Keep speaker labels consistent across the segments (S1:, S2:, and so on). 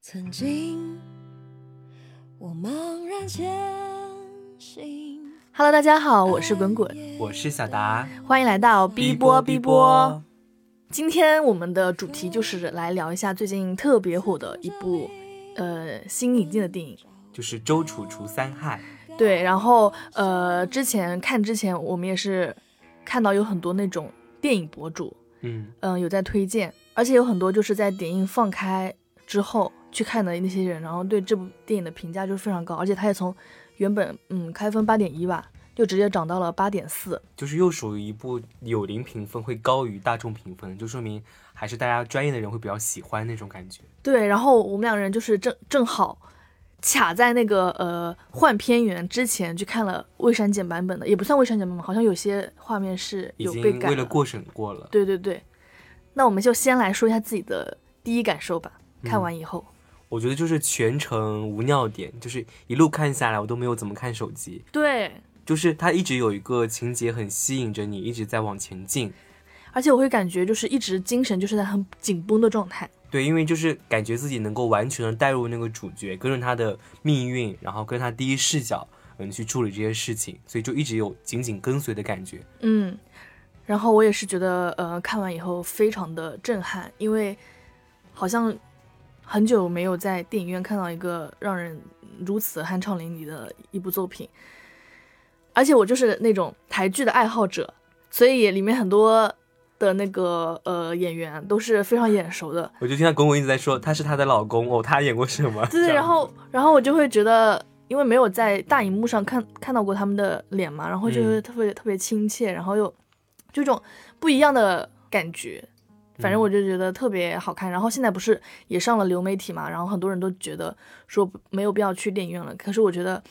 S1: 曾经，我茫然前行。
S2: Hello，大家好，我是滚滚，
S3: 我是小达，
S2: 欢迎来到
S3: 逼
S2: 逼波
S3: 逼
S2: 逼波。。今天我们的主题就是来聊一下最近特别火的一部呃新引进的电影。
S3: 就是周楚除三害，
S2: 对，然后呃，之前看之前我们也是看到有很多那种电影博主，
S3: 嗯，
S2: 嗯、有在推荐，而且有很多就是在点映放开之后去看的那些人，然后对这部电影的评价就是非常高，而且它也从原本嗯开分八点一吧，就直接涨到了八点四。
S3: 就是又属于一部有零评分会高于大众评分，就说明还是大家专业的人会比较喜欢那种感觉。
S2: 对，然后我们两人就是正正好卡在那个呃换片源之前去看了未删减版本的，也不算未删减版本，好像有些画面是
S3: 已
S2: 有
S3: 经
S2: 被改
S3: 为了过审过了。
S2: 对对对，那我们就先来说一下自己的第一感受吧。看
S3: 嗯
S2: 完以后，
S3: 我觉得就是全程无尿点，就是一路看下来我都没有怎么看手机，
S2: 对，
S3: 就是它一直有一个情节很吸引着你，一直在往前进。
S2: 而且我会感觉就是一直精神就是在很紧绷的状态。
S3: 对，因为就是感觉自己能够完全的带入那个主角，跟着他的命运，然后跟着他第一视角，嗯，去处理这些事情，所以就一直有紧紧跟随的感觉。
S2: 嗯，然后我也是觉得，呃，看完以后非常的震撼，因为好像很久没有在电影院看到一个让人如此酣畅淋漓的一部作品。而且我就是那种台剧的爱好者，所以里面很多的那个呃演员都是非常眼熟的。
S3: 我就听到滚滚一直在说他是她的老公哦，他演过什么？这
S2: 对，
S3: 样
S2: 然后然后我就会觉得，因为没有在大荧幕上看看到过他们的脸嘛，然后就
S3: 嗯
S2: 会特别、特别亲切，然后又就这种不一样的感觉。反正我就觉得特别好看，然后现在不是也上了流媒体嘛，然后很多人都觉得说没有必要去电影院了，可是我觉得，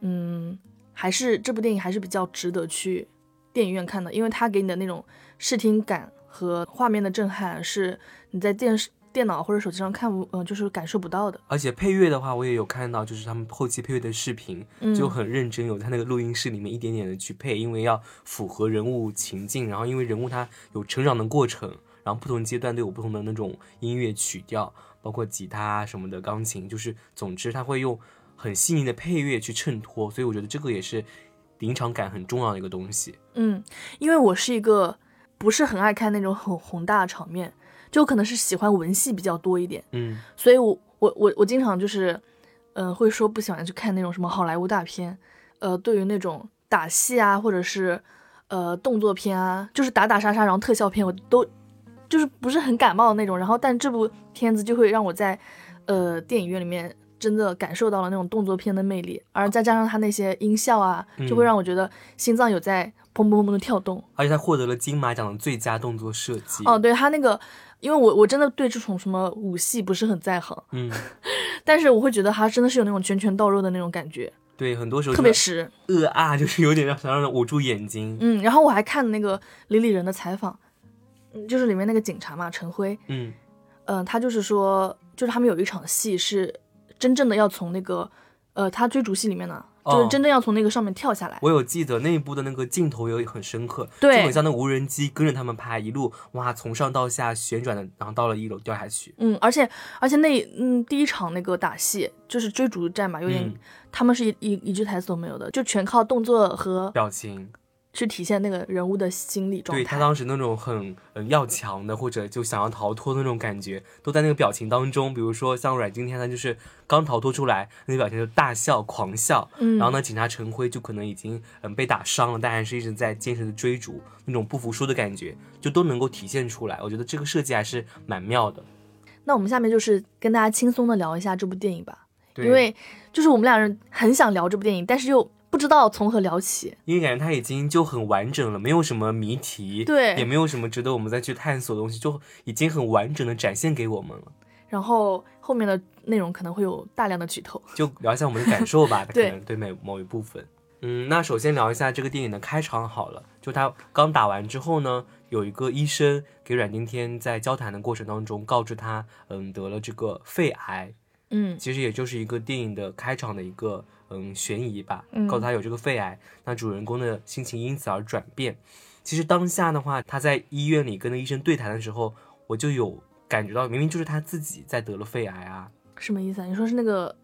S2: 嗯，还是这部电影还是比较值得去电影院看的，因为它给你的那种视听感和画面的震撼是你在电视、电脑或者手机上看不，嗯、就是感受不到的。
S3: 而且配乐的话，我也有看到，就是他们后期配乐的视频，
S2: 嗯
S3: 就很认真，有在那个录音室里面一点点的去配，因为要符合人物情境，然后因为人物他有成长的过程，然后不同阶段都有不同的那种音乐曲调，包括吉他啊什么的，钢琴，就是总之他会用很细腻的配乐去衬托，所以我觉得这个也是临场感很重要的一个东西。
S2: 嗯，因为我是一个不是很爱看那种很宏大的场面，就可能是喜欢文戏比较多一点，
S3: 嗯，
S2: 所以我我我我经常就是，嗯、会说不喜欢去看那种什么好莱坞大片，呃，对于那种打戏啊，或者是呃动作片啊，就是打打杀杀，然后特效片，我都就是不是很感冒的那种。然后，但这部片子就会让我在呃电影院里面真的感受到了那种动作片的魅力，而再加上它那些音效啊，就会
S3: 嗯
S2: 让我觉得心脏有在砰砰砰的跳动。
S3: 而且他获得了金马奖的最佳动作设计。
S2: 哦，，对他那个，因为我我真的对这种什么武戏不是很在行，
S3: 嗯，
S2: 但是我会觉得他真的是有那种拳拳到肉的那种感觉，
S3: 对，很多时候
S2: 特别
S3: 就
S2: 实。
S3: 呃啊，就是有点让想让人捂住眼睛。
S2: 嗯，然后我还看那个李李仁的采访，嗯就是里面那个警察嘛，陈辉，
S3: 嗯，
S2: 嗯、他就是说，就是他们有一场戏是真正的要从那个，呃，他追逐戏里面呢，嗯就是
S3: 哦
S2: 真正要从那个上面跳下来。
S3: 我有记得那一部的那个镜头也很深刻，
S2: 对
S3: 就很像那个无人机跟着他们拍，一路哇从上到下旋转的，然后到了一楼掉下去。
S2: 嗯，而且而且那嗯第一场那个打戏就是追逐战嘛，有点、
S3: 嗯
S2: 他们是一一一句台词都没有的，就全靠动作和
S3: 表情，
S2: 去体现那个人物的心理状
S3: 对他
S2: 态。
S3: 当时那种很嗯要强的，或者就想要逃脱的那种感觉，都在那个表情当中。比如说像阮经天，他就是刚逃脱出来，那个表情就大笑狂笑。
S2: 嗯
S3: 然后呢，警察陈辉就可能已经嗯被打伤了，但还是一直在坚持的追逐，那种不服输的感觉就都能够体现出来。我觉得这个设计还是蛮妙的。
S2: 那我们下面就是跟大家轻松的聊一下这部电影吧。
S3: 对
S2: 因为就是我们两人很想聊这部电影，但是又不知道从何聊起。
S3: 因为感觉它已经就很完整了，没有什么谜题，
S2: 对
S3: 也没有什么值得我们再去探索的东西，就已经很完整的展现给我们了。
S2: 然后后面的内容可能会有大量的剧透。
S3: 就聊一下我们的感受 吧，
S2: 对
S3: 可能对某某一部分。嗯，那首先聊一下这个电影的开场好了，就他刚打完之后呢，有一个医生给阮经天在交谈的过程当中告知他，嗯，得了这个肺癌，
S2: 嗯
S3: 其实也就是一个电影的开场的一个嗯悬疑吧
S2: 嗯，
S3: 告诉他有这个肺癌，那主人公的心情因此而转变。其实当下的话，他在医院里跟那医生对谈的时候，我就有感觉到，明明就是他自己在得了肺癌啊，
S2: 什么意思啊？你说是那个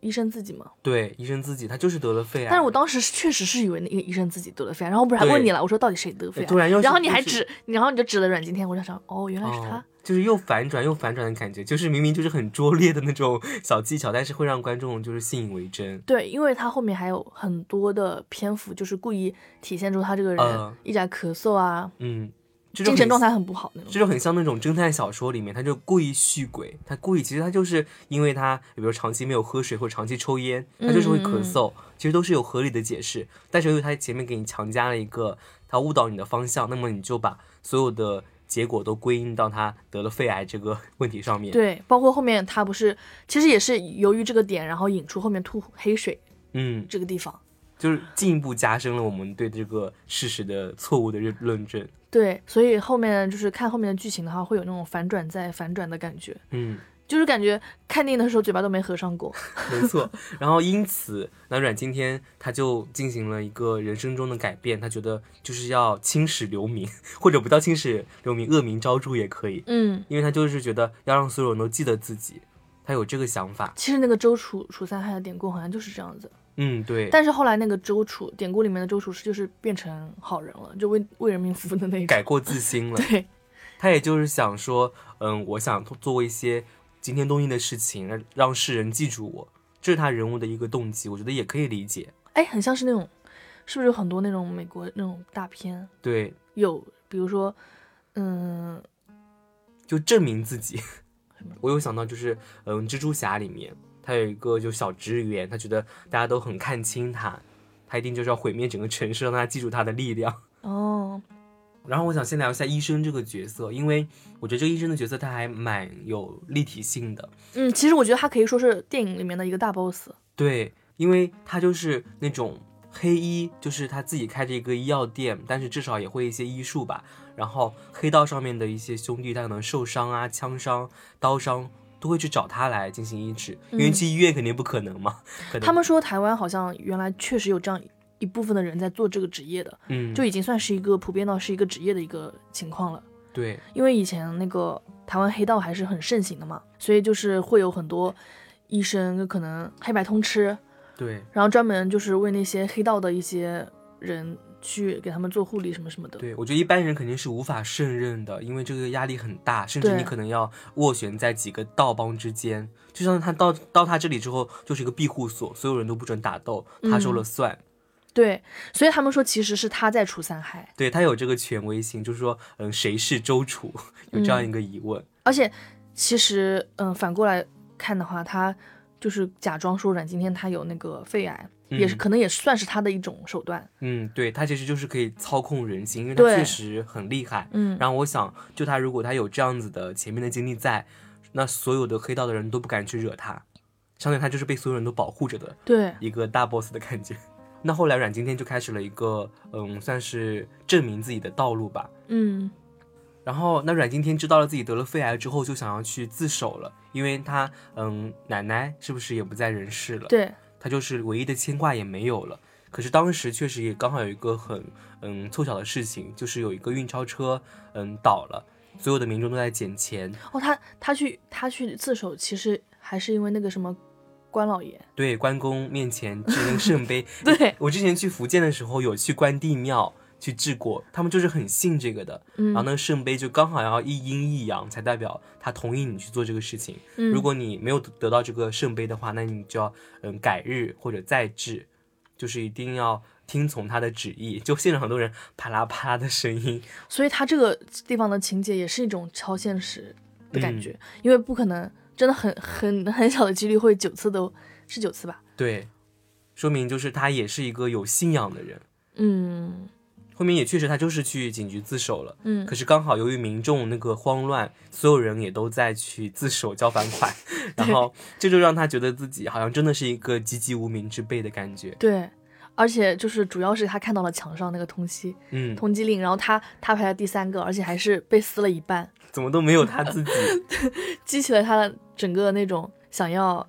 S2: 医生自己吗？
S3: 对，医生自己他就是得了肺癌，
S2: 但是我当时是确实是以为那个医生自己得了肺癌，然后不是还
S3: 对
S2: 问你了，我说到底谁得肺
S3: 对
S2: 癌？
S3: 突然又是
S2: 后你
S3: 又
S2: 还
S3: 是
S2: 指，然后你就指了阮经天，我就想，哦，原来是他。
S3: 哦就是又反转又反转的感觉，就是明明就是很拙劣的那种小技巧，但是会让观众就是信以为真。
S2: 对，因为他后面还有很多的篇幅，就是故意体现出他这个人
S3: 嗯
S2: 一直在咳嗽啊，
S3: 嗯，这就
S2: 精神
S3: 很
S2: 状态很不好那种。
S3: 这就很像那种侦探小说里面，他就故意续鬼，他故意其实他就是因为他比如长期没有喝水或长期抽烟，他就是会咳嗽，其实都是有合理的解释。但是由于他前面给你强加了一个他误导你的方向，那么你就把所有的结果都归因到他得了肺癌这个问题上面。，
S2: 对，包括后面他不是，其实也是由于这个点，然后引出后面吐黑水
S3: 嗯，
S2: 这个地方。
S3: 就是进一步加深了我们对这个事实的错误的论论证。
S2: 对，所以后面就是看后面的剧情的话，会有那种反转再反转的感觉，
S3: 嗯。
S2: 就是感觉看电影的时候嘴巴都没合上 过。
S3: 没错。然后因此，那阮经天他就进行了一个人生中的改变，他觉得就是要青史留名，或者不叫青史留名，恶名昭著也可以，
S2: 嗯，
S3: 因为他就是觉得要让所有人都记得自己，他有这个想法。
S2: 其实那个周楚楚三害的典故好像就是这样子，
S3: 嗯，对。
S2: 但是后来那个周楚典故里面的周楚是就是变成好人了，就为为人民服务的那种。
S3: 改过自新了，
S2: 对，
S3: 他也就是想说，嗯，我想通做一些惊天动地的事情，让让世人记住我，这是他人物的一个动机，我觉得也可以理解。
S2: 哎，很像是那种，是不是有很多那种美国那种大片
S3: 对，
S2: 有，比如说，嗯，
S3: 就证明自己。 我有想到就是，嗯，蜘蛛侠里面他有一个就小职员，他觉得大家都很看轻他，他一定就是要毁灭整个城市，让大家记住他的力量。
S2: 哦，
S3: 然后我想先聊一下医生这个角色，因为我觉得这个医生的角色他还蛮有立体性的，
S2: 嗯，其实我觉得他可以说是电影里面的一个大 boss。
S3: 对，因为他就是那种黑医，就是他自己开着一个医药店，但是至少也会一些医术吧。然后黑道上面的一些兄弟，他可能受伤啊、枪伤、刀伤，都会去找他来进行医治，因为
S2: 嗯
S3: 去医院肯定不可能嘛。可能
S2: 他们说台湾好像原来确实有这样一部分的人在做这个职业的，
S3: 嗯，
S2: 就已经算是一个普遍到是一个职业的一个情况了。
S3: 对，
S2: 因为以前那个台湾黑道还是很盛行的嘛，所以就是会有很多医生可能黑白通吃，
S3: 对，
S2: 然后专门就是为那些黑道的一些人去给他们做护理什么什么的。
S3: 对，我觉得一般人肯定是无法胜任的，因为这个压力很大，甚至
S2: 对
S3: 你可能要斡旋在几个道帮之间。就像他到到他这里之后，就是一个庇护所，所有人都不准打斗，他说了
S2: 嗯
S3: 算。
S2: 对，所以他们说其实是他在除三害，
S3: 对他有这个权威性，就是说，嗯，谁是周楚，有这样一个疑问。
S2: 而且其实嗯反过来看的话，他就是假装说阮经天他有那个肺癌，也是
S3: 嗯
S2: 可能也算是他的一种手段。
S3: 嗯，对他其实就是可以操控人心，因为他
S2: 对
S3: 确实很厉害。
S2: 嗯，
S3: 然后我想，就他如果他有这样子的前面的经历在，那所有的黑道的人都不敢去惹他，相当于他就是被所有人都保护着的
S2: 对，
S3: 一个大 boss 的感觉。 那后来阮经天就开始了一个，嗯，算是证明自己的道路吧。
S2: 嗯
S3: 然后，那阮经天知道了自己得了肺癌之后，就想要去自首了，因为他，嗯，奶奶是不是也不在人世了？
S2: 对，
S3: 他就是唯一的牵挂也没有了。可是当时确实也刚好有一个很嗯凑巧的事情，就是有一个运钞车嗯倒了，所有的民众都在捡钱。
S2: 哦他他去他去自首，其实还是因为那个什么关老爷，。
S3: 对，关公面前掷那个圣杯
S2: 对
S3: 我之前去福建的时候有去关帝庙去治过，他们就是很信这个的。
S2: 嗯
S3: 然后那个圣杯就刚好要一阴一阳，才代表他同意你去做这个事情。
S2: 嗯
S3: 如果你没有得到这个圣杯的话，那你就要嗯改日或者再制，就是一定要听从他的旨意。就现场很多人啪啦啪啦的声音，
S2: 所以他这个地方的情节也是一种超现实的
S3: 嗯
S2: 感觉，因为不可能真的很很很小的几率会九次都是九次吧，
S3: 对，说明就是他也是一个有信仰的人。
S2: 嗯
S3: 后面也确实他就是去警局自首了，
S2: 嗯
S3: 可是刚好由于民众那个慌乱，所有人也都在去自首交 反款，然后这就让他觉得自己好像真的是一个籍籍无名之辈的感觉。
S2: 对，而且就是主要是他看到了墙上那个通缉
S3: 嗯，
S2: 通缉令，然后他他排在第三个，而且还是被撕了一半，
S3: 怎么都没有他自己。
S2: 激起了他整个那种想要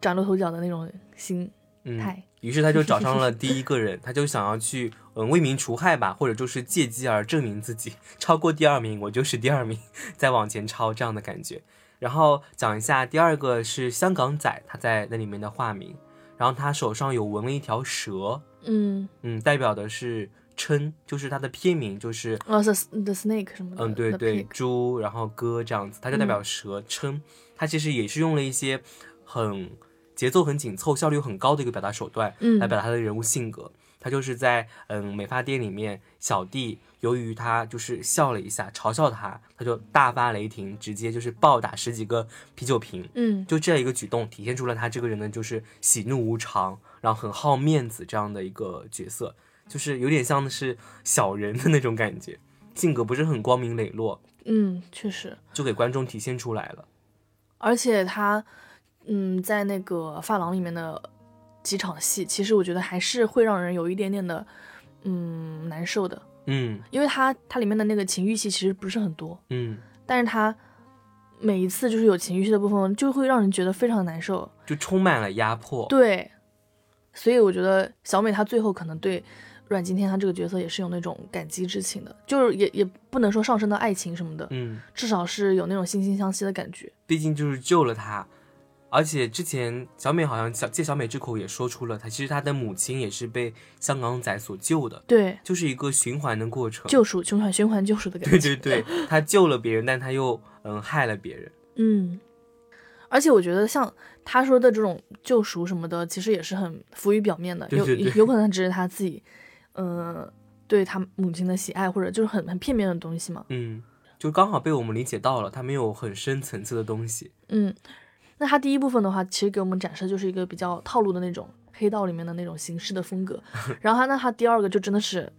S2: 崭露头角的那种心
S3: 嗯
S2: 态。
S3: 于是他就找上了第一个人，他就想要去嗯为民除害吧，或者就是借机而证明自己，超过第二名，我就是第二名，再往前超这样的感觉。然后讲一下第二个是香港仔，他在那里面的化名，然后他手上有纹了一条蛇，
S2: 嗯，
S3: 嗯，代表的是琛，就是他的片名就是
S2: 哦，the the snake 什么的，嗯
S3: 嗯，对
S2: the
S3: 对，
S2: pig
S3: 猪，然后鸽这样子，它就代表蛇称。它其实也是用了一些很节奏很紧凑、效率很高的一个表达手段，
S2: 嗯
S3: 来表达他的人物性格。他就是在嗯美发店里面，小弟由于他就是笑了一下，嘲笑他，他就大发雷霆，直接就是暴打十几个啤酒瓶。
S2: 嗯
S3: 就这样一个举动，体现出了他这个人呢，就是喜怒无常，然后很好面子这样的一个角色，就是有点像是小人的那种感觉，性格不是很光明磊落，
S2: 嗯，确实，
S3: 就给观众体现出来了。
S2: 而且他，嗯，在那个发廊里面的几场戏，其实我觉得还是会让人有一点点的，嗯，难受的，
S3: 嗯
S2: 因为他他里面的那个情欲戏其实不是很多，
S3: 嗯，
S2: 但是他每一次就是有情欲戏的部分，就会让人觉得非常难受。
S3: 就充满了压迫。
S2: 对，所以我觉得小美她最后可能对阮经天她这个角色也是有那种感激之情的，就是也也不能说上升到爱情什么的，
S3: 嗯，
S2: 至少是有那种惺惺相惜的感觉。
S3: 毕竟就是救了他，而且之前小美好像小借小美之口也说出了，她其实她的母亲也是被香港仔所救的，
S2: 对，
S3: 就是一个循环的过程。
S2: 救赎循环循环救赎的感觉。
S3: 对对对，她救了别人，但她又嗯害了别人。
S2: 嗯，而且我觉得像他说的这种救赎什么的，其实也是很浮于表面的，
S3: 对对对
S2: 有有可能只是他自己，呃，对他母亲的喜爱，或者就是很很片面的东西嘛。
S3: 嗯，就刚好被我们理解到了，它没有很深层次的东西。
S2: 嗯，那他第一部分的话，其实给我们展示的就是一个比较套路的那种黑道里面的那种形式的风 格，然后他那他第二个就真的是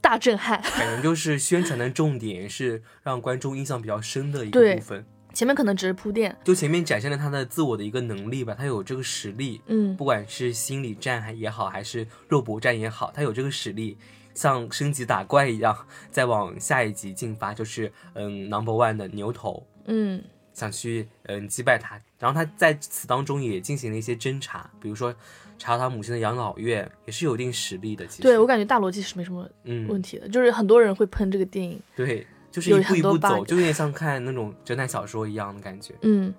S2: 大震撼，
S3: 感觉就是宣传的重点是让观众印象比较深的一个
S2: 对
S3: 部分。
S2: 前面可能只是铺垫，
S3: 就前面展现了他的自我的一个能力吧，他有这个实力，
S2: 嗯
S3: 不管是心理战还也好，还是肉搏战也好，他有这个实力，像升级打怪一样，再往下一级进发，就是嗯 number one 的牛头。
S2: 嗯
S3: 想去嗯击败他。然后他在此当中也进行了一些侦查，比如说查到他母亲的养老院，也是有一定实力的。其实，
S2: 对我感觉大逻辑是没什么问
S3: 嗯，
S2: 题的，就是很多人会喷这个电影，
S3: 对，就是
S2: 有
S3: 一步
S2: 很
S3: 一
S2: 多
S3: 步走，
S2: bug
S3: 就有点像看那种侦探小说一样的感觉。
S2: 嗯，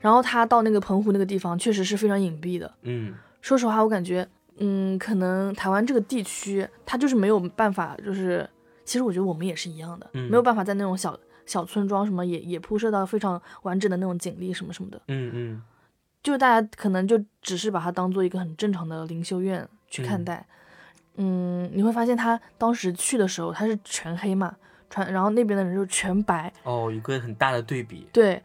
S2: 然后他到那个澎湖那个地方，确实是非常隐蔽的。
S3: 嗯，
S2: 说实话，我感觉，嗯，可能台湾这个地区，它就是没有办法，就是其实我觉得我们也是一样的，
S3: 嗯
S2: 没有办法在那种小小村庄什么也也铺设到非常完整的那种警力什么什么的，
S3: 嗯嗯，
S2: 就是大家可能就只是把它当做一个很正常的灵修院去看
S3: 嗯
S2: 待。嗯，你会发现他当时去的时候，他是全黑嘛，穿，然后那边的人就全白，
S3: 哦，一个很大的对比。
S2: 对，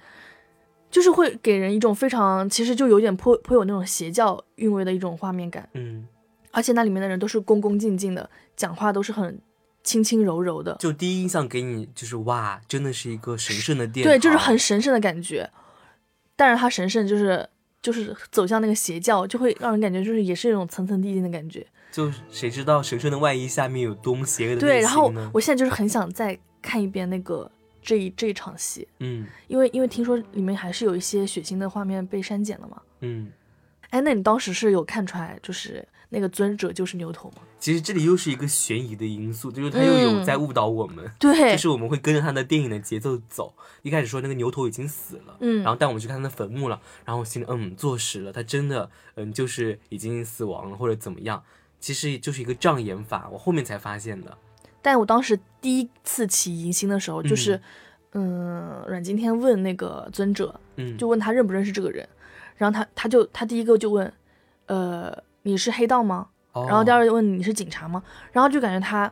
S2: 就是会给人一种非常，其实就有点颇颇有那种邪教韵味的一种画面感，
S3: 嗯，
S2: 而且那里面的人都是恭恭敬敬的，讲话都是很轻轻柔柔的，
S3: 就第一印象给你就是哇，真的是一个神圣的殿堂，
S2: 对，就是很神圣的感觉。但是它神圣就是就是走向那个邪教，就会让人感觉就是也是一种层层递进的感觉。
S3: 就谁知道神圣的外衣下面有多么邪恶的
S2: 对，
S3: 内
S2: 然后
S3: 心呢
S2: 我现在就是很想再看一遍那个这一这一场戏，
S3: 嗯
S2: 因为因为听说里面还是有一些血腥的画面被删减了嘛。
S3: 嗯，
S2: 哎，那你当时是有看出来，就是那个尊者就是牛头吗？
S3: 其实这里又是一个悬疑的因素，就是他又有
S2: 嗯
S3: 在误导我们。
S2: 对，
S3: 就是我们会跟着他的电影的节奏走。一开始说那个牛头已经死了，
S2: 嗯
S3: 然后带我们去看他的坟墓了，然后我心里嗯坐实了，他真的嗯就是已经死亡了或者怎么样，其实就是一个障眼法，我后面才发现的。
S2: 但我当时第一次起疑心的时候，就是，嗯，阮经天问那个尊者，
S3: 嗯，
S2: 就问他认不认识这个人，然后他他就他第一个就问，呃，你是黑道吗？
S3: 哦
S2: 然后第二个就问你是警察吗？然后就感觉他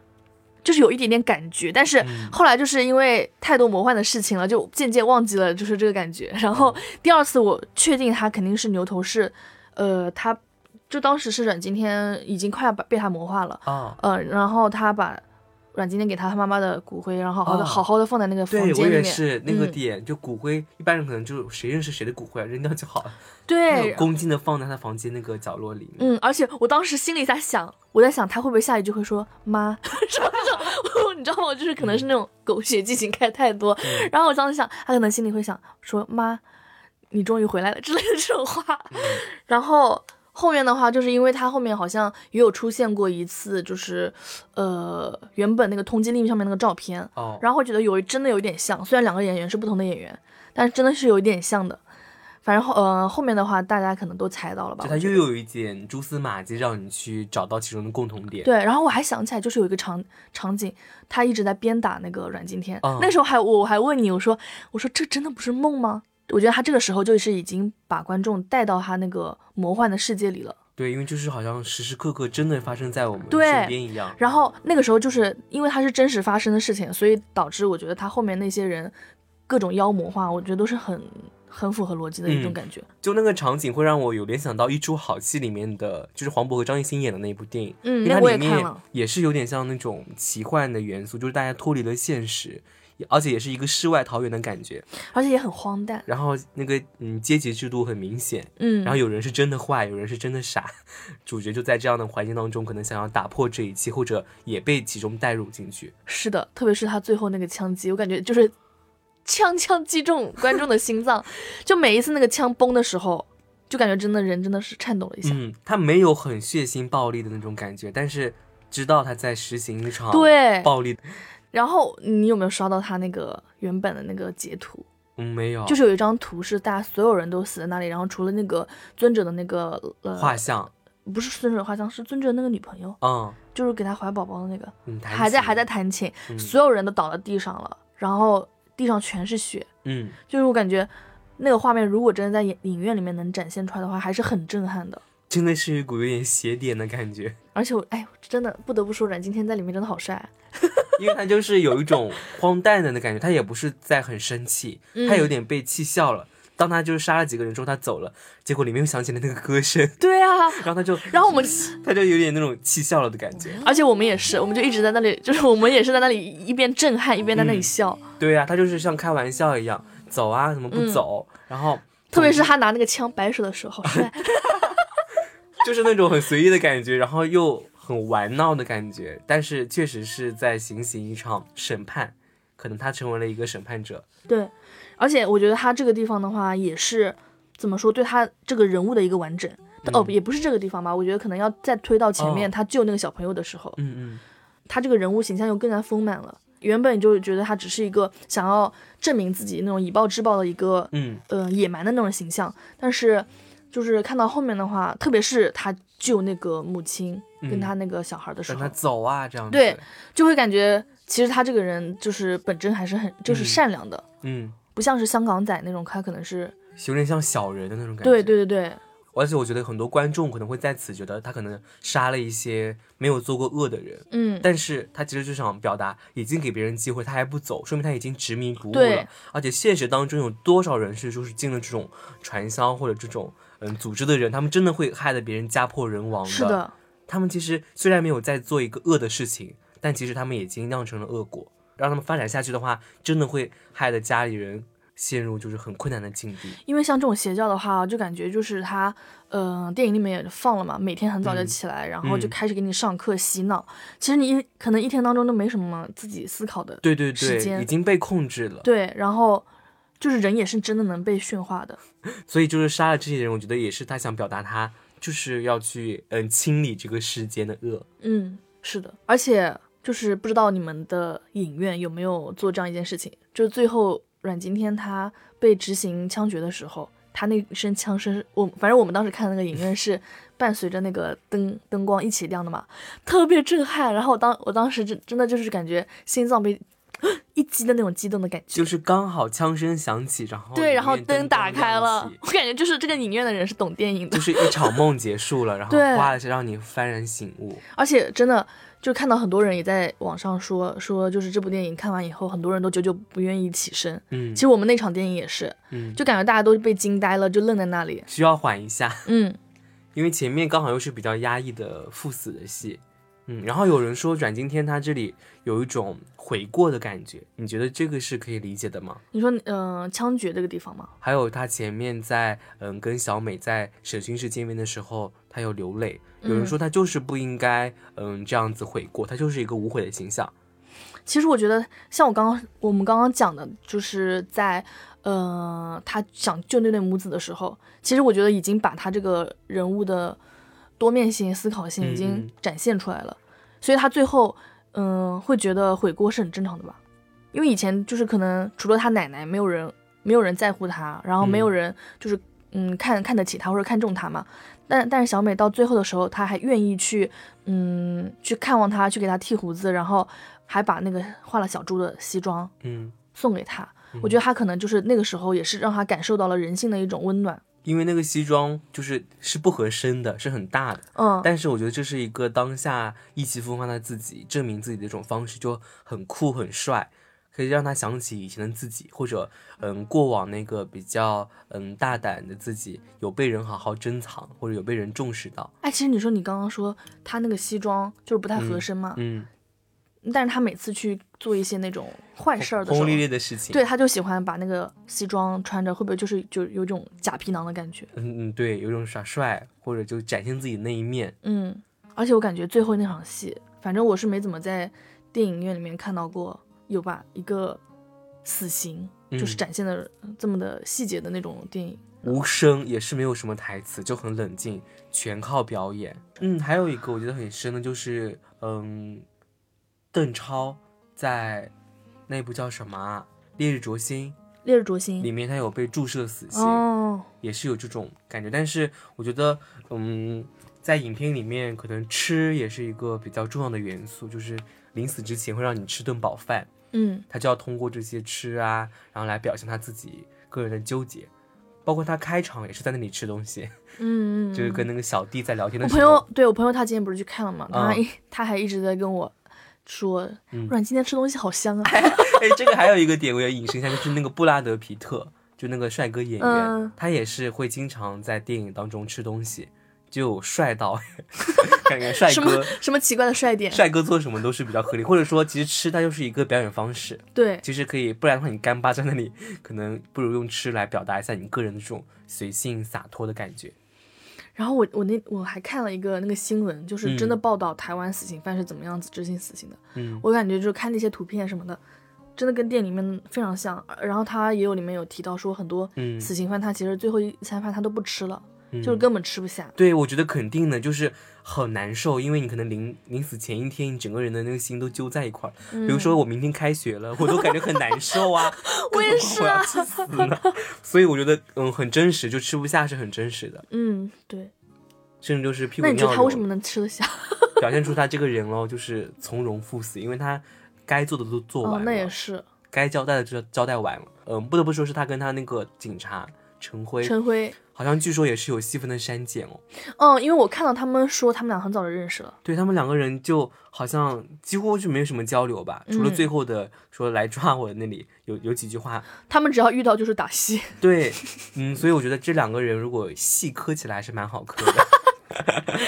S2: 就是有一点点感觉，但是
S3: 嗯
S2: 后来就是因为太多魔幻的事情了，就渐渐忘记了就是这个感觉。然后第二次我确定他肯定是牛头是，呃，他就当时是阮经天已经快要把被他魔化了。
S3: 哦，
S2: 呃，然后他把阮经天给他妈妈的骨灰，然后好好的、
S3: 哦
S2: 好好的放在那个房
S3: 对我
S2: 间里
S3: 也
S2: 面。
S3: 是那个
S2: 嗯
S3: 点，就骨灰一般人可能就谁认识谁的骨灰扔掉就好了，他
S2: 对
S3: 有，恭敬的放在他房间那个角落里面。
S2: 嗯，而且我当时心里在想，我在想他会不会下一句会说妈 什么的，你知道吗？就是可能是那种狗血剧情开太多，
S3: 嗯
S2: 然后我当时想，他可能
S3: 嗯
S2: 心里会想说妈，你终于回来了之类的这种话，然后后面的话，就是因为他后面好像也有出现过一次，就是呃原本那个通缉令上面那个照片，
S3: 哦，
S2: 然后会觉得有真的有一点像，虽然两个演员是不同的演员，但是真的是有一点像的。反正后呃后面的话，大家可能都猜到了吧？
S3: 就
S2: 我
S3: 他
S2: 觉
S3: 又
S2: 得
S3: 有一点蛛丝马迹，让你去找到其中的共同点。，
S2: 对，然后我还想起来，就是有一个场场景，他一直在鞭打那个阮经天。
S3: 嗯
S2: 那时候还我我还问你，我说我说这真的不是梦吗？我觉得他这个时候就是已经把观众带到他那个魔幻的世界里了。
S3: 对，因为就是好像时时刻刻真的发生在我们
S2: 对
S3: 身边一样。
S2: 然后那个时候就是因为它是真实发生的事情，所以导致我觉得他后面那些人各种妖魔化，我觉得都是很很符合逻辑的一种
S3: 嗯
S2: 感觉。
S3: 就那个场景会让我有联想到一出好戏里面的，就是黄渤和张艺兴演的那一部电影，
S2: 嗯
S3: 因为
S2: 那
S3: 它
S2: 我也
S3: 里
S2: 看
S3: 面
S2: 了
S3: 也是有点像那种奇幻的元素，就是大家脱离了现实，也而且也是一个世外桃源的感觉。
S2: 而且也很荒诞。
S3: 然后那个嗯阶级制度很明显，
S2: 嗯，
S3: 然后有人是真的坏，有人是真的傻， 主角就在这样的环境当中，可能想要打破这一切，或者也被其中带入进去。
S2: 是的，特别是他最后那个枪击，我感觉就是枪枪击中观众的心脏，就每一次那个枪崩的时候，就感觉真的人真的是颤抖了一下。
S3: 嗯，他没有很血腥暴力的那种感觉，但是知道他在实行一场
S2: 对
S3: 暴力，
S2: 然后你有没有刷到他那个原本的那个截图？
S3: 嗯，没有，
S2: 就是有一张图是大家所有人都死在那里，然后除了那个尊者的那个呃
S3: 画像，
S2: 不是尊者的画像，是尊者的那个女朋友，
S3: 嗯
S2: 就是给他怀宝宝的那个，
S3: 嗯，弹
S2: 还在
S3: 琴
S2: 还在，弹琴，
S3: 嗯
S2: 所有人都倒在地上了，然后地上全是血，
S3: 嗯，
S2: 就是我感觉那个画面如果真的在影影院里面能展现出来的话，还是很震撼的。
S3: 真的是一股有点邪典的感觉，
S2: 而且我哎，真的不得不说，阮经天在里面真的好帅。啊
S3: 因为他就是有一种荒诞的那感觉，他也不是在很生气，
S2: 嗯
S3: 他有点被气笑了。当他就是杀了几个人之后，他走了，结果里面又响起了那个歌声，
S2: 对啊，
S3: 然后他就，
S2: 然后我们，
S3: 他就有点那种气笑了的感觉。
S2: 而且我们也是，我们就一直在那里，就是我们也是在那里一边震撼一边在那里
S3: 嗯
S2: 笑。
S3: 对呀、他就是像开玩笑一样，走啊，怎么不走？然后
S2: 嗯特别是他拿那个枪摆手的时候，好 帅。
S3: 就是那种很随意的感觉，然后又很玩闹的感觉，但是确实是在行刑一场审判，可能他成为了一个审判者。
S2: 对，而且我觉得他这个地方的话，也是怎么说，对他这个人物的一个完整。哦，也不是这个地方吧，我觉得可能要再推到前面，
S3: 嗯哦
S2: 他救那个小朋友的时候，
S3: 嗯嗯。
S2: 他这个人物形象又更加丰满了。原本就觉得他只是一个想要证明自己那种以暴制暴的一个
S3: 嗯，
S2: 呃野蛮的那种形象，但是就是看到后面的话，特别是他救那个母亲跟
S3: 嗯
S2: 他那个小孩的时
S3: 让
S2: 候，
S3: 他走啊，这样子。
S2: 对，就会感觉其实他这个人就是本真还是很就是
S3: 嗯
S2: 善良的，
S3: 嗯，
S2: 不像是香港仔那种，他可能是
S3: 有点像小人的那种感觉。
S2: 对对对对，
S3: 而且我觉得很多观众可能会在此觉得他可能杀了一些没有做过恶的人，
S2: 嗯，
S3: 但是他其实就想表达，已经给别人机会，他还不走，说明他已经执迷不悟
S2: 对
S3: 了。而且现实当中有多少人是就是进了这种传销或者这种嗯组织的人，他们真的会害得别人家破人亡
S2: 是的，
S3: 他们其实虽然没有在做一个恶的事情，但其实他们已经酿成了恶果。让他们发展下去的话，真的会害得家里人陷入就是很困难的境地。
S2: 因为像这种邪教的话，就感觉就是他，呃，电影里面也放了嘛，每天很早就
S3: 嗯
S2: 起来，然后就
S3: 嗯
S2: 开始给你上课洗脑。其实你一可能一天当中都没什么自己思考的，
S3: 对对
S2: 时
S3: 对，
S2: 间
S3: 已经被控制了。
S2: 对然后就是人也是真的能被驯化的，
S3: 所以就是杀了这些人，我觉得也是他想表达他就是要去嗯清理这个世间的恶。
S2: 嗯，是的，而且就是不知道你们的影院有没有做这样一件事情，就是最后阮经天他被执行枪决的时候，他那声枪声是，我反正我们当时看那个影院 是伴随着那个灯灯光一起亮的嘛，特别震撼。然后我当我当时真真的就是感觉心脏被 一击的那种激动的感觉，
S3: 就是刚好枪声响起，然后
S2: 对，然后
S3: 里面灯
S2: 灯打开了
S3: 光亮，起
S2: 我感觉就是这个影院的人是懂电影的
S3: 就。是一场梦结束了，然后
S2: 对
S3: 花了是让你幡然醒悟。
S2: 而且真的就看到很多人也在网上说说，就是这部电影看完以后，很多人都久久不愿意起身。
S3: 嗯
S2: 其实我们那场电影也是，
S3: 嗯，
S2: 就感觉大家都被惊呆了，就愣在那里。
S3: 需要缓一下，
S2: 嗯，
S3: 因为前面刚好又是比较压抑的赴死的戏。嗯，然后有人说阮经天他这里有一种悔过的感觉，你觉得这个是可以理解的吗？
S2: 你说，嗯、枪决这个地方嘛，
S3: 还有他前面在嗯跟小美在审讯室见面的时候，他有嗯流泪。有人说他就是不应该嗯这样子悔过，他就是一个无悔的形象。
S2: 其实我觉得，像我刚刚我们刚刚讲的，就是在呃，他想救那对母子的时候，其实我觉得已经把他这个人物的多面性、思考性已
S3: 嗯
S2: 经
S3: 嗯
S2: 展现出来了，所以他最后嗯、呃会觉得悔过是很正常的吧？因为以前就是可能除了他奶奶，没有人没有人在乎他，然后没有
S3: 嗯
S2: 人就是嗯看看得起他或者看重他嘛。但但是小美到最后的时候，她还愿意去嗯去看望他，去给他剃胡子，然后还把那个画了小猪的西装
S3: 嗯，
S2: 送给他。我觉得他可能就是那个时候也是让他感受到了人性的一种温暖。
S3: 因为那个西装就是是不合身的，是很大的。
S2: 嗯，
S3: 但是我觉得这是一个当下意气风发的自己，证明自己的一种方式，就很酷很帅，可以让他想起以前的自己，或者嗯过往那个比较嗯大胆的自己，有被人好好珍藏，或者有被人重视到。
S2: 哎，其实你说你刚刚说他那个西装就是不太合
S3: 嗯
S2: 身嘛，
S3: 嗯，
S2: 但是他每次去做一些那种坏事儿的
S3: 轰
S2: 时
S3: 轰
S2: 候，
S3: 烈烈的事情。
S2: 对，，他就喜欢把那个西装穿着，会不会就是就有一种假皮囊的感觉？
S3: 嗯嗯，对，有一种耍帅，或者就展现自己那一面。
S2: 嗯，而且我感觉最后那场戏，反正我是没怎么在电影院里面看到过有把一个死刑就是
S3: 嗯
S2: 展现的这么的细节的那种电影。
S3: 无声也是没有什么台词，就很冷静，全靠表演。嗯，还有一个我觉得很深的就是，嗯，邓超在那部叫什么啊《烈日灼心
S2: 烈日灼》心
S3: 里》面，他有被注射死刑，
S2: 哦，
S3: 也是有这种感觉。但是我觉得，嗯，在影片里面，可能吃也是一个比较重要的元素，就是临死之前会让你吃顿饱饭。
S2: 嗯
S3: 他就要通过这些吃啊，然后来表现他自己个人的纠结。包括他开场也是在那里吃东西，
S2: 嗯嗯，
S3: 就是跟
S2: 嗯
S3: 那个小弟在聊天
S2: 我
S3: 的时
S2: 朋
S3: 候，
S2: 友，对我朋友他今天不是去看了嘛，他
S3: 嗯
S2: 一他还一直在跟我说，
S3: 嗯
S2: 阮今天吃东西好香啊，
S3: 哎，这个还有一个点我要引申一下，就是那个布拉德皮特，就那个帅哥演员，
S2: 嗯
S3: 他也是会经常在电影当中吃东西，就帅到， 感觉帅
S2: 什么
S3: 哥。
S2: 什么奇怪的帅点，
S3: 帅哥做什么都是比较合理，或者说其实吃它就是一个表演方式，
S2: 对，
S3: 其实可以，不然的话你干巴在那里，可能不如用吃来表达一下你个人的这种随性洒脱的感觉。
S2: 然后我我那我还看了一个那个新闻，就是真的报道台湾死刑犯是怎么样子执行死刑的。
S3: 嗯
S2: 我感觉就是看那些图片什么的，真的跟店里面非常像。然后他也有里面有提到说，很多
S3: 嗯
S2: 死刑犯他其实最后一餐饭他都不吃了，
S3: 嗯
S2: 就是根本吃不下。
S3: 对，我觉得肯定的，就是很难受，因为你可能临临死前一天，你整个人的那个心都揪在一块儿。比如说我明天开学了，我都感觉很难受啊，
S2: 嗯 我也
S3: 更何
S2: 是
S3: 况我要
S2: 啊
S3: 去死呢。 所以我觉得，嗯，很真实，就吃不下是很真实的，
S2: 嗯，对。
S3: 甚至就是屁股
S2: 那你觉
S3: 尿
S2: 得
S3: 流，
S2: 他为什么能吃得下？
S3: 表现出他这个人咯，就是从容赴死，因为他该做的都做完了，
S2: 哦，那也是。
S3: 该交代的就交代完了。嗯，不得不说是他跟他那个警察陈辉，
S2: 陈辉，
S3: 好像据说也是有戏份的删减哦。
S2: 嗯，因为我看到他们说他们俩很早就认识了。
S3: 对他们两个人就好像几乎就没有什么交流吧，除了
S2: 嗯
S3: 最后的说来抓我的那里有有几句话。
S2: 他们只要遇到就是打 戏，
S3: 对，嗯，所以我觉得这两个人如果细磕起来还是蛮好磕的。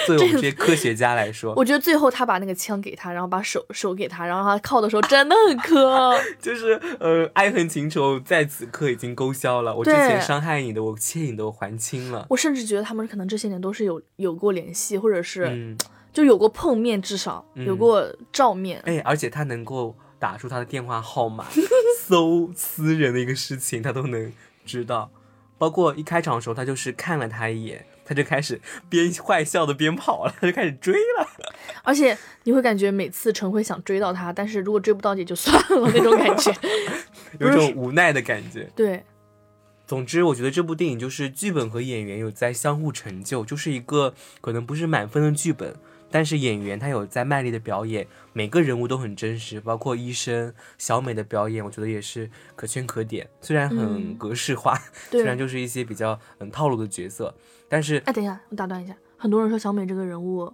S3: 作为我们这些科学家来说，
S2: 我觉得最后他把那个枪给他，然后把手手给他，然后他靠的时候真的很磕。
S3: 就是呃，爱恨情仇在此刻已经勾销了。我之
S2: 对
S3: 前伤害你的，我欠你的，我还清了。
S2: 我甚至觉得他们可能这些年都是有有过联系，或者是、
S3: 嗯，
S2: 就有过碰面，至少、有过照面。
S3: 哎，而且他能够打出他的电话号码，搜私人的一个事情，他都能知道。包括一开场的时候，他就是看了他一眼，他就开始边 坏笑的边跑了，他就开始追了。
S2: 而且你会感觉每次陈辉想追到他，但是如果追不到也就算了那种感 觉。
S3: 有
S2: 不
S3: 一
S2: 是
S3: 种无奈的感觉。
S2: 对，
S3: 总之，我觉得这部电影就是剧本和演员有在相互成就，就是一个可能不是满分的剧本，但是演员他有在卖力的表演，每个人物都很真实，包括医生小美的表演，我觉得也是可圈可点，虽然很
S2: 嗯
S3: 格式化，
S2: 对
S3: 虽然就是一些比较嗯套路的角色，但是
S2: 哎，等一下，我打断一下，很多人说小美这个人物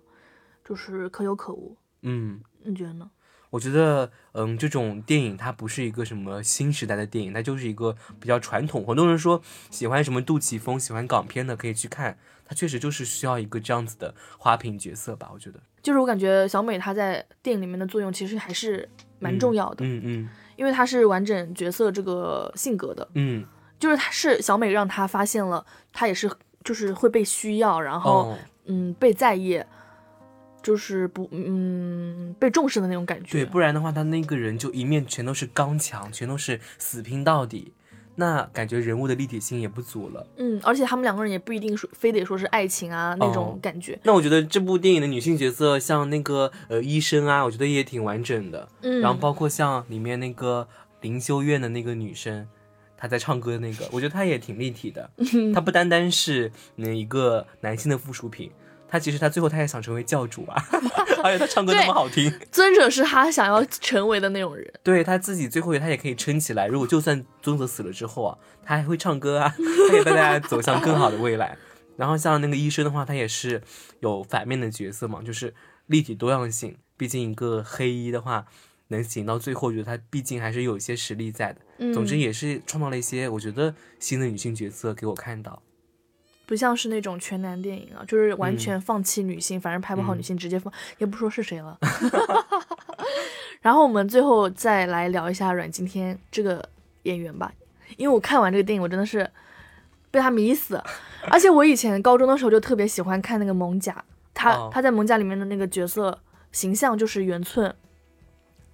S2: 就是可有可无，
S3: 嗯，
S2: 你觉得呢？
S3: 我觉得嗯这种电影它不是一个什么新时代的电影，它就是一个比较传统。很多人说喜欢什么杜琪峰、喜欢港片的可以去看，它确实就是需要一个这样子的花瓶角色吧，我觉得
S2: 就是我感觉小美她在电影里面的作用其实还是蛮重要的，
S3: 嗯嗯
S2: 因为她是完整角色这个性格的，
S3: 嗯，
S2: 就是她是小美让她发哦现了她也是就是会被需要，然后、
S3: 哦，
S2: 嗯被在意，就是不嗯被重视的那种感觉。
S3: 对，不然的话，他那个人就一面全都是刚强，全都是死拼到底，那感觉人物的立体性也不足了。
S2: 嗯，而且他们两个人也不一定说非得说是爱情
S3: 哦
S2: 啊那种感觉。
S3: 那我觉得这部电影的女性角色，像那个呃医生啊，我觉得也挺完整的。
S2: 嗯，
S3: 然后包括像里面那个灵修院的那个女生，她在唱歌的那个，我觉得她也挺立体的。她不单单是嗯一个男性的附属品，她其实她最后她也想成为教主啊， 而且她唱歌那么好听，
S2: 尊者是他想要成为的那种人。
S3: 对她自己最后她也可以撑起来。如果就算尊者死了之后啊，她还会唱歌啊， 她可以带大家走向更好的未来。然后像那个医生的话，他也是有反面的角色嘛，就是立体多样性。毕竟一个黑衣的话，能行到最后，我觉得他毕竟还是有一些实力在的。
S2: 嗯，
S3: 总之也是创造了一些我觉得新的女性角色给我看到。
S2: 不像是那种全男电影啊，就是完全放弃女性，反正拍不好
S3: 嗯
S2: 女性直接放，也不说是谁 了。 然后我们最后再来聊一下阮经天这个演员吧，因为我看完这个电影，我真的是被他迷死，而且我以前高中的时候就特别喜欢看那个《猛甲》，他、
S3: 哦
S2: 他在《猛甲》里面的那个角色形象就是圆寸。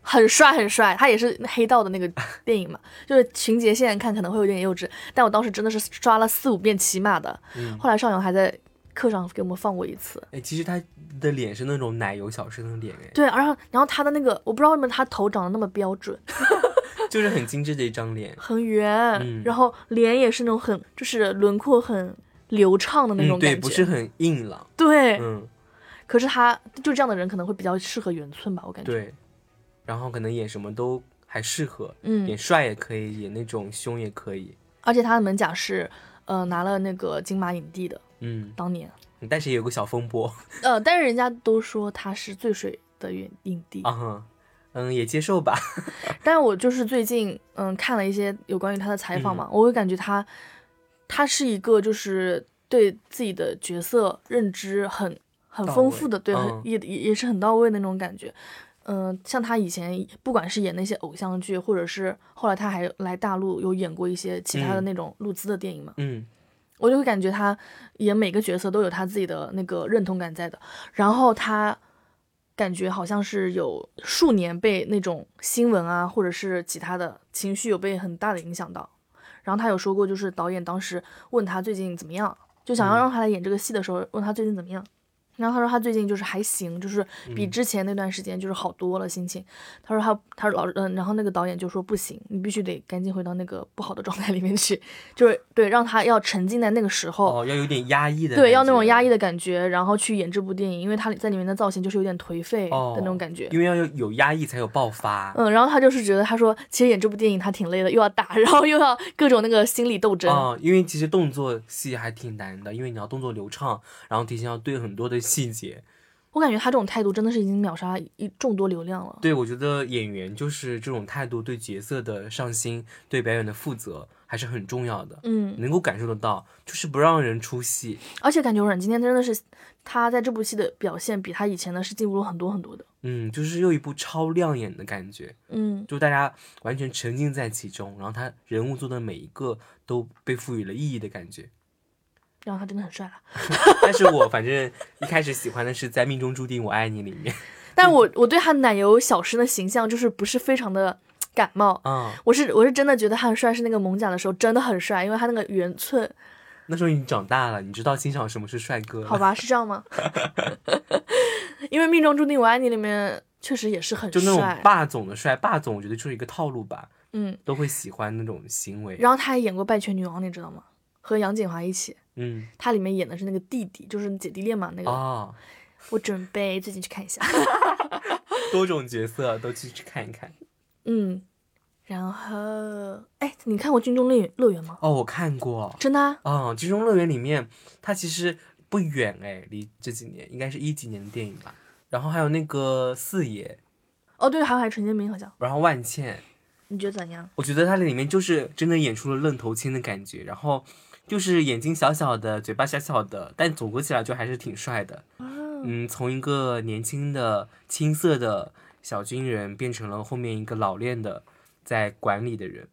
S2: 很帅很帅，他也是黑道的那 个电影嘛，就是情节现在看可能会有点幼稚，但我当时真的是刷了四五遍起码的，
S3: 嗯，
S2: 后来上扬还在课上给我们放过一次。
S3: 哎，其实她的脸是那种奶油小生的 脸，哎，
S2: 对，然后然后他的那个，我不知道为什么他头长得那么标准，
S3: 就是很精致的一张脸。
S2: 很圆，
S3: 嗯
S2: 然后脸也是那种很就是轮廓很流畅的那种感
S3: 嗯，对，
S2: 觉。
S3: 不是很硬朗。
S2: 对
S3: 嗯，
S2: 可是他就这样的人可能会比较适合圆寸吧，我感觉。
S3: 对。然后可能演什么都还适合，
S2: 嗯
S3: 演，帅也可以，演那种凶也可以。
S2: 而且他的门甲是呃拿了那个金马影帝的，
S3: 嗯，
S2: 当年。
S3: 但是也有个小风波
S2: 呃，但是人家都说他是最水的影影帝，
S3: 啊哈，嗯，也接受吧。
S2: 但是我就是最近嗯看了一些有关于他的采访嘛，
S3: 嗯
S2: 我会感觉他他是一个就是对自己的角色认知很很
S3: 到
S2: 丰
S3: 位
S2: 富的，对，很
S3: 嗯
S2: 也也也是很到位的那种感觉。嗯、像他以前不管是演那些偶像剧，或者是后来他还来大陆有演过一些其他的
S3: 嗯
S2: 那种露资的电影嘛，
S3: 嗯，
S2: 我就会感觉他演每个角色都有他自己的那个认同感在的，然后他感觉好像是有数年被那种新闻啊，或者是其他的情绪有被很大的影响到，然后他有说过，就是导演当时问他最近怎么样，就想要
S3: 嗯
S2: 让他来演这个戏的时候，问他最近怎么样。然后他说他最近就是还行，就是比
S3: 嗯
S2: 之前那段时间就是好多了心情。他说他他老嗯，然后那个导演就说不行，你必须得赶紧回到那个不好的状态里面去，就是对让他要沉浸在那个时候，
S3: 哦，要有点压抑的，
S2: 对要那种压抑
S3: 的，
S2: 的感觉，然后去演这部电影，因为他在里面的造型就是有点颓废的那种感觉。
S3: 因为要哦有有压抑才有爆发。
S2: 嗯，然后他就是觉得，他说其实演这部电影他挺累的，又要打， 然后又要各种那个心理斗争。
S3: 哦，因为其实动作戏还挺难的，因为你要动作流畅，然后提前要对很多的细节。
S2: 我感觉他这种态度真的是已经秒杀一众多流量了。
S3: 对我觉得演员就是这种态度，对角色的上心，对表演的负责还是很重要的，
S2: 嗯，
S3: 能够感受得到，就是不让人出戏。
S2: 而且感觉阮今天真的是，他在这部戏的表现比他以前的是进步了很多很多的。
S3: 嗯，就是又一部超亮眼的感觉，
S2: 嗯，
S3: 就大家完全沉浸在其中，然后他人物做的每一个都被赋予了意义的感觉。
S2: 然后他真的很帅了。
S3: 但是我反正一开始喜欢的是在《命中注定我爱你》里面，
S2: 但我我对他奶油小生的形象就是不是非常的感冒。
S3: 嗯，
S2: 我是我是真的觉得他很帅，是那个猛甲的时候真的很帅，因为他那个圆寸，
S3: 那时候你长大了，你知道欣赏什么是帅哥了，
S2: 好吧，是这样吗？ 因为《命中注定我爱你》里面确实也是很
S3: 就那
S2: 帅
S3: 种，霸总的帅，霸总我觉得就是一个套路吧，
S2: 嗯。
S3: 都会喜欢那种行为。
S2: 然后他还演过《拜权女王》，你知道吗？和杨锦华一起，
S3: 嗯，
S2: 他里面演的是那个弟弟，就是姐弟恋嘛。那个、
S3: 哦，
S2: 我准备最近去看一下。
S3: 多种角色都去去看一看。
S2: 嗯，然后哎，你看过《军中乐园》乐园吗？
S3: 哦，我看过，
S2: 真的、啊？
S3: 哦，《金钟乐园》里面，它其实不远哎，离这几年应该是一几年的电影吧。然后还有那个四爷，
S2: 哦，对，还有还有陈建斌好像，
S3: 然后万茜，
S2: 你觉得怎样？
S3: 我觉得它里面就是真的演出了愣头青的感觉，然后就是眼睛小小的，嘴巴小小的，但组合起来就还是挺帅的。嗯，从一个年轻的青涩的小军人变成了后面一个老练的在管理的人，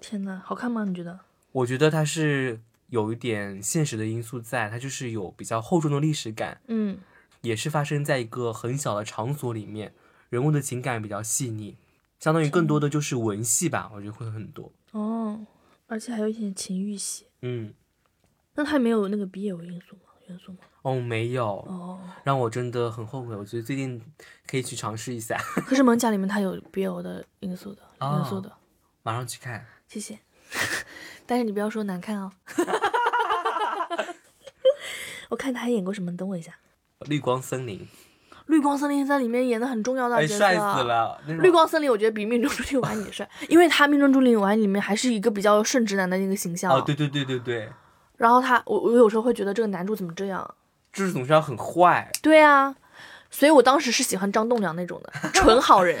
S2: 天呐，好看吗？你觉得？
S3: 我觉得他是有一点现实的因素在，他就是有比较厚重的历史感，
S2: 嗯
S3: 也是发生在一个很小的场所里面，人物的情感比较细腻，相当于更多的就是文戏吧，我觉得会很多。
S2: 哦，而且还有一点情欲戏，
S3: 嗯，
S2: 那它没有那个 BL 因素吗？元素吗？
S3: 哦，没有，
S2: 哦，
S3: 让我真的很后悔。我觉得最近可以去尝试一下，
S2: 可是《萌甲》里面它有 BL 的因素的，
S3: 哦
S2: 元素的，
S3: 马上去看。
S2: 谢谢。 但是你不要说难看 哦。我看他还演过什么？等我一下，
S3: 绿光森
S2: 《
S3: 林，
S2: 绿光森林三》里面演的很重要的啊
S3: 哎，
S2: 角色，
S3: 帅死了！那种
S2: 绿光森林，我觉得比命中注定我爱你帅，因为他命中注定我爱你里面还是一个比较顺直男的那个形象。啊
S3: 哦，对对对对对，
S2: 然后他，我我有时候会觉得这个男主怎么这样？啊
S3: 就是总是要很坏，
S2: 对啊，所以我当时是喜欢张栋梁那种 的纯好人，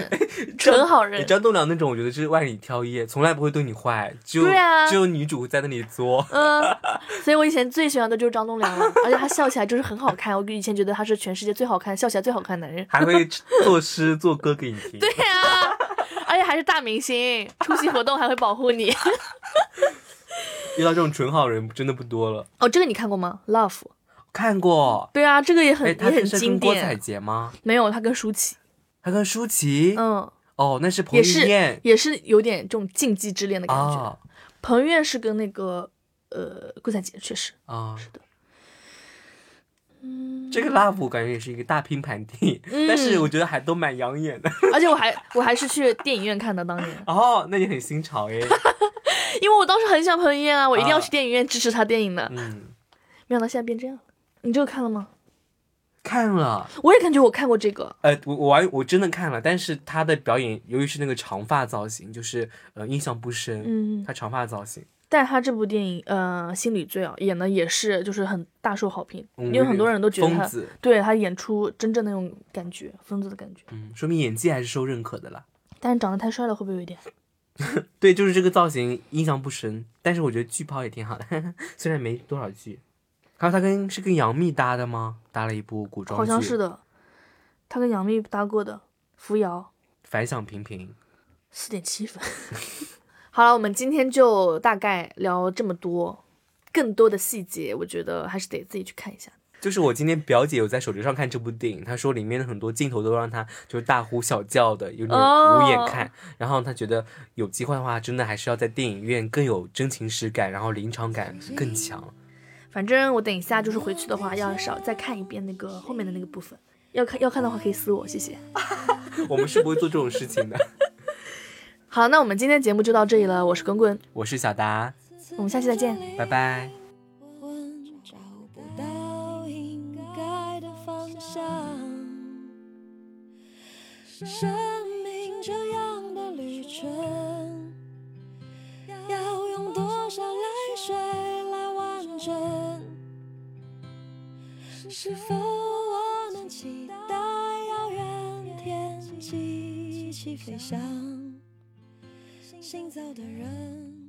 S2: 纯好人。
S3: 张栋梁那种，我觉得是万里挑一，从来不会对你坏，只有
S2: 对啊
S3: 只有女主在那里作。
S2: 嗯，所以我以前最喜欢的就是张栋梁了，而且他笑起来就是很好看。我以前觉得他是全世界最好看、笑起来最好看的男 人。
S3: 还会作诗作歌给你听。
S2: 对啊，而且还是大明星，出席活动还会保护 你。
S3: 遇到这种纯好人真的不多了。
S2: 哦，这个你看过吗？Love。
S3: 看过，
S2: 对啊，这 个也很
S3: 哎，
S2: 也
S3: 他
S2: 很
S3: 这是
S2: 经
S3: 跟郭采
S2: 典。
S3: 洁吗？
S2: 没有，他跟舒淇。
S3: 他跟舒淇？
S2: 嗯，
S3: 哦，那是彭
S2: 也
S3: 于
S2: 是
S3: 晏
S2: 也是有点这种禁忌之恋的感觉。
S3: 啊
S2: 彭于晏是跟那个呃郭采洁，确实
S3: 啊！
S2: 是的。嗯，
S3: 这个 love 我感觉也是一个大拼盘地，但是我觉得还都蛮养眼的。
S2: 而且我还我还是去电影院看的，当年，
S3: 哦，那你很新潮哎。
S2: 因为我当时很想彭于晏啊，我一定要
S3: 啊
S2: 去电影院支持他电影的。
S3: 嗯，
S2: 没想到现在变这样了。你这个看了吗？
S3: 看了，
S2: 我也感觉我看过这个，
S3: 呃，我我完我真的看了，但是他的表演，由于是那个长发造型，就是呃印象不深。
S2: 嗯，
S3: 他长发造型，
S2: 但他这部电影，呃，《心理罪》啊，演的也是就是很大受好评，
S3: 嗯
S2: 因为很多人都觉得
S3: 疯
S2: 他
S3: 子，
S2: 对他演出真正的那种感觉，疯子的感觉。
S3: 嗯，说明演技还是受认可的啦。
S2: 但是长得太帅了，会不会有一点？
S3: 对，就是这个造型印象不深，但是我觉得剧抛也挺好的， 虽然没多少剧。还有他跟是跟杨幂搭的吗？搭了一部古装剧，
S2: 好像是的，他跟杨幂搭过的《扶摇》
S3: 反响平平。
S2: 四点七分。 好了，我们今天就大概聊这么多，更多的细节我觉得还是得自己去看一下。
S3: 就是我今天表姐有在手机上看这部电影，她说里面的很多镜头都让她就是大呼小叫的，有点
S2: 哦
S3: 无眼看。然后她觉得有机会的话，真的还是要在电影院更有真情实感，然后临场感更强。
S2: 反正我等一下就是回去的话，要少再看一遍那个后面的那个部分。要看要看的话可以私我，谢谢。
S3: 我们是不会做这种事情的。
S2: 好，那我们今天节目就到这里了，我是滚滚，
S3: 我是小达，
S2: 我们下期再见。
S3: 拜拜。
S1: 问找不到应该的方向。生命这样的旅程，要用多少泪水来完成？是否我能期待遥远天际一起飞翔？行走的人。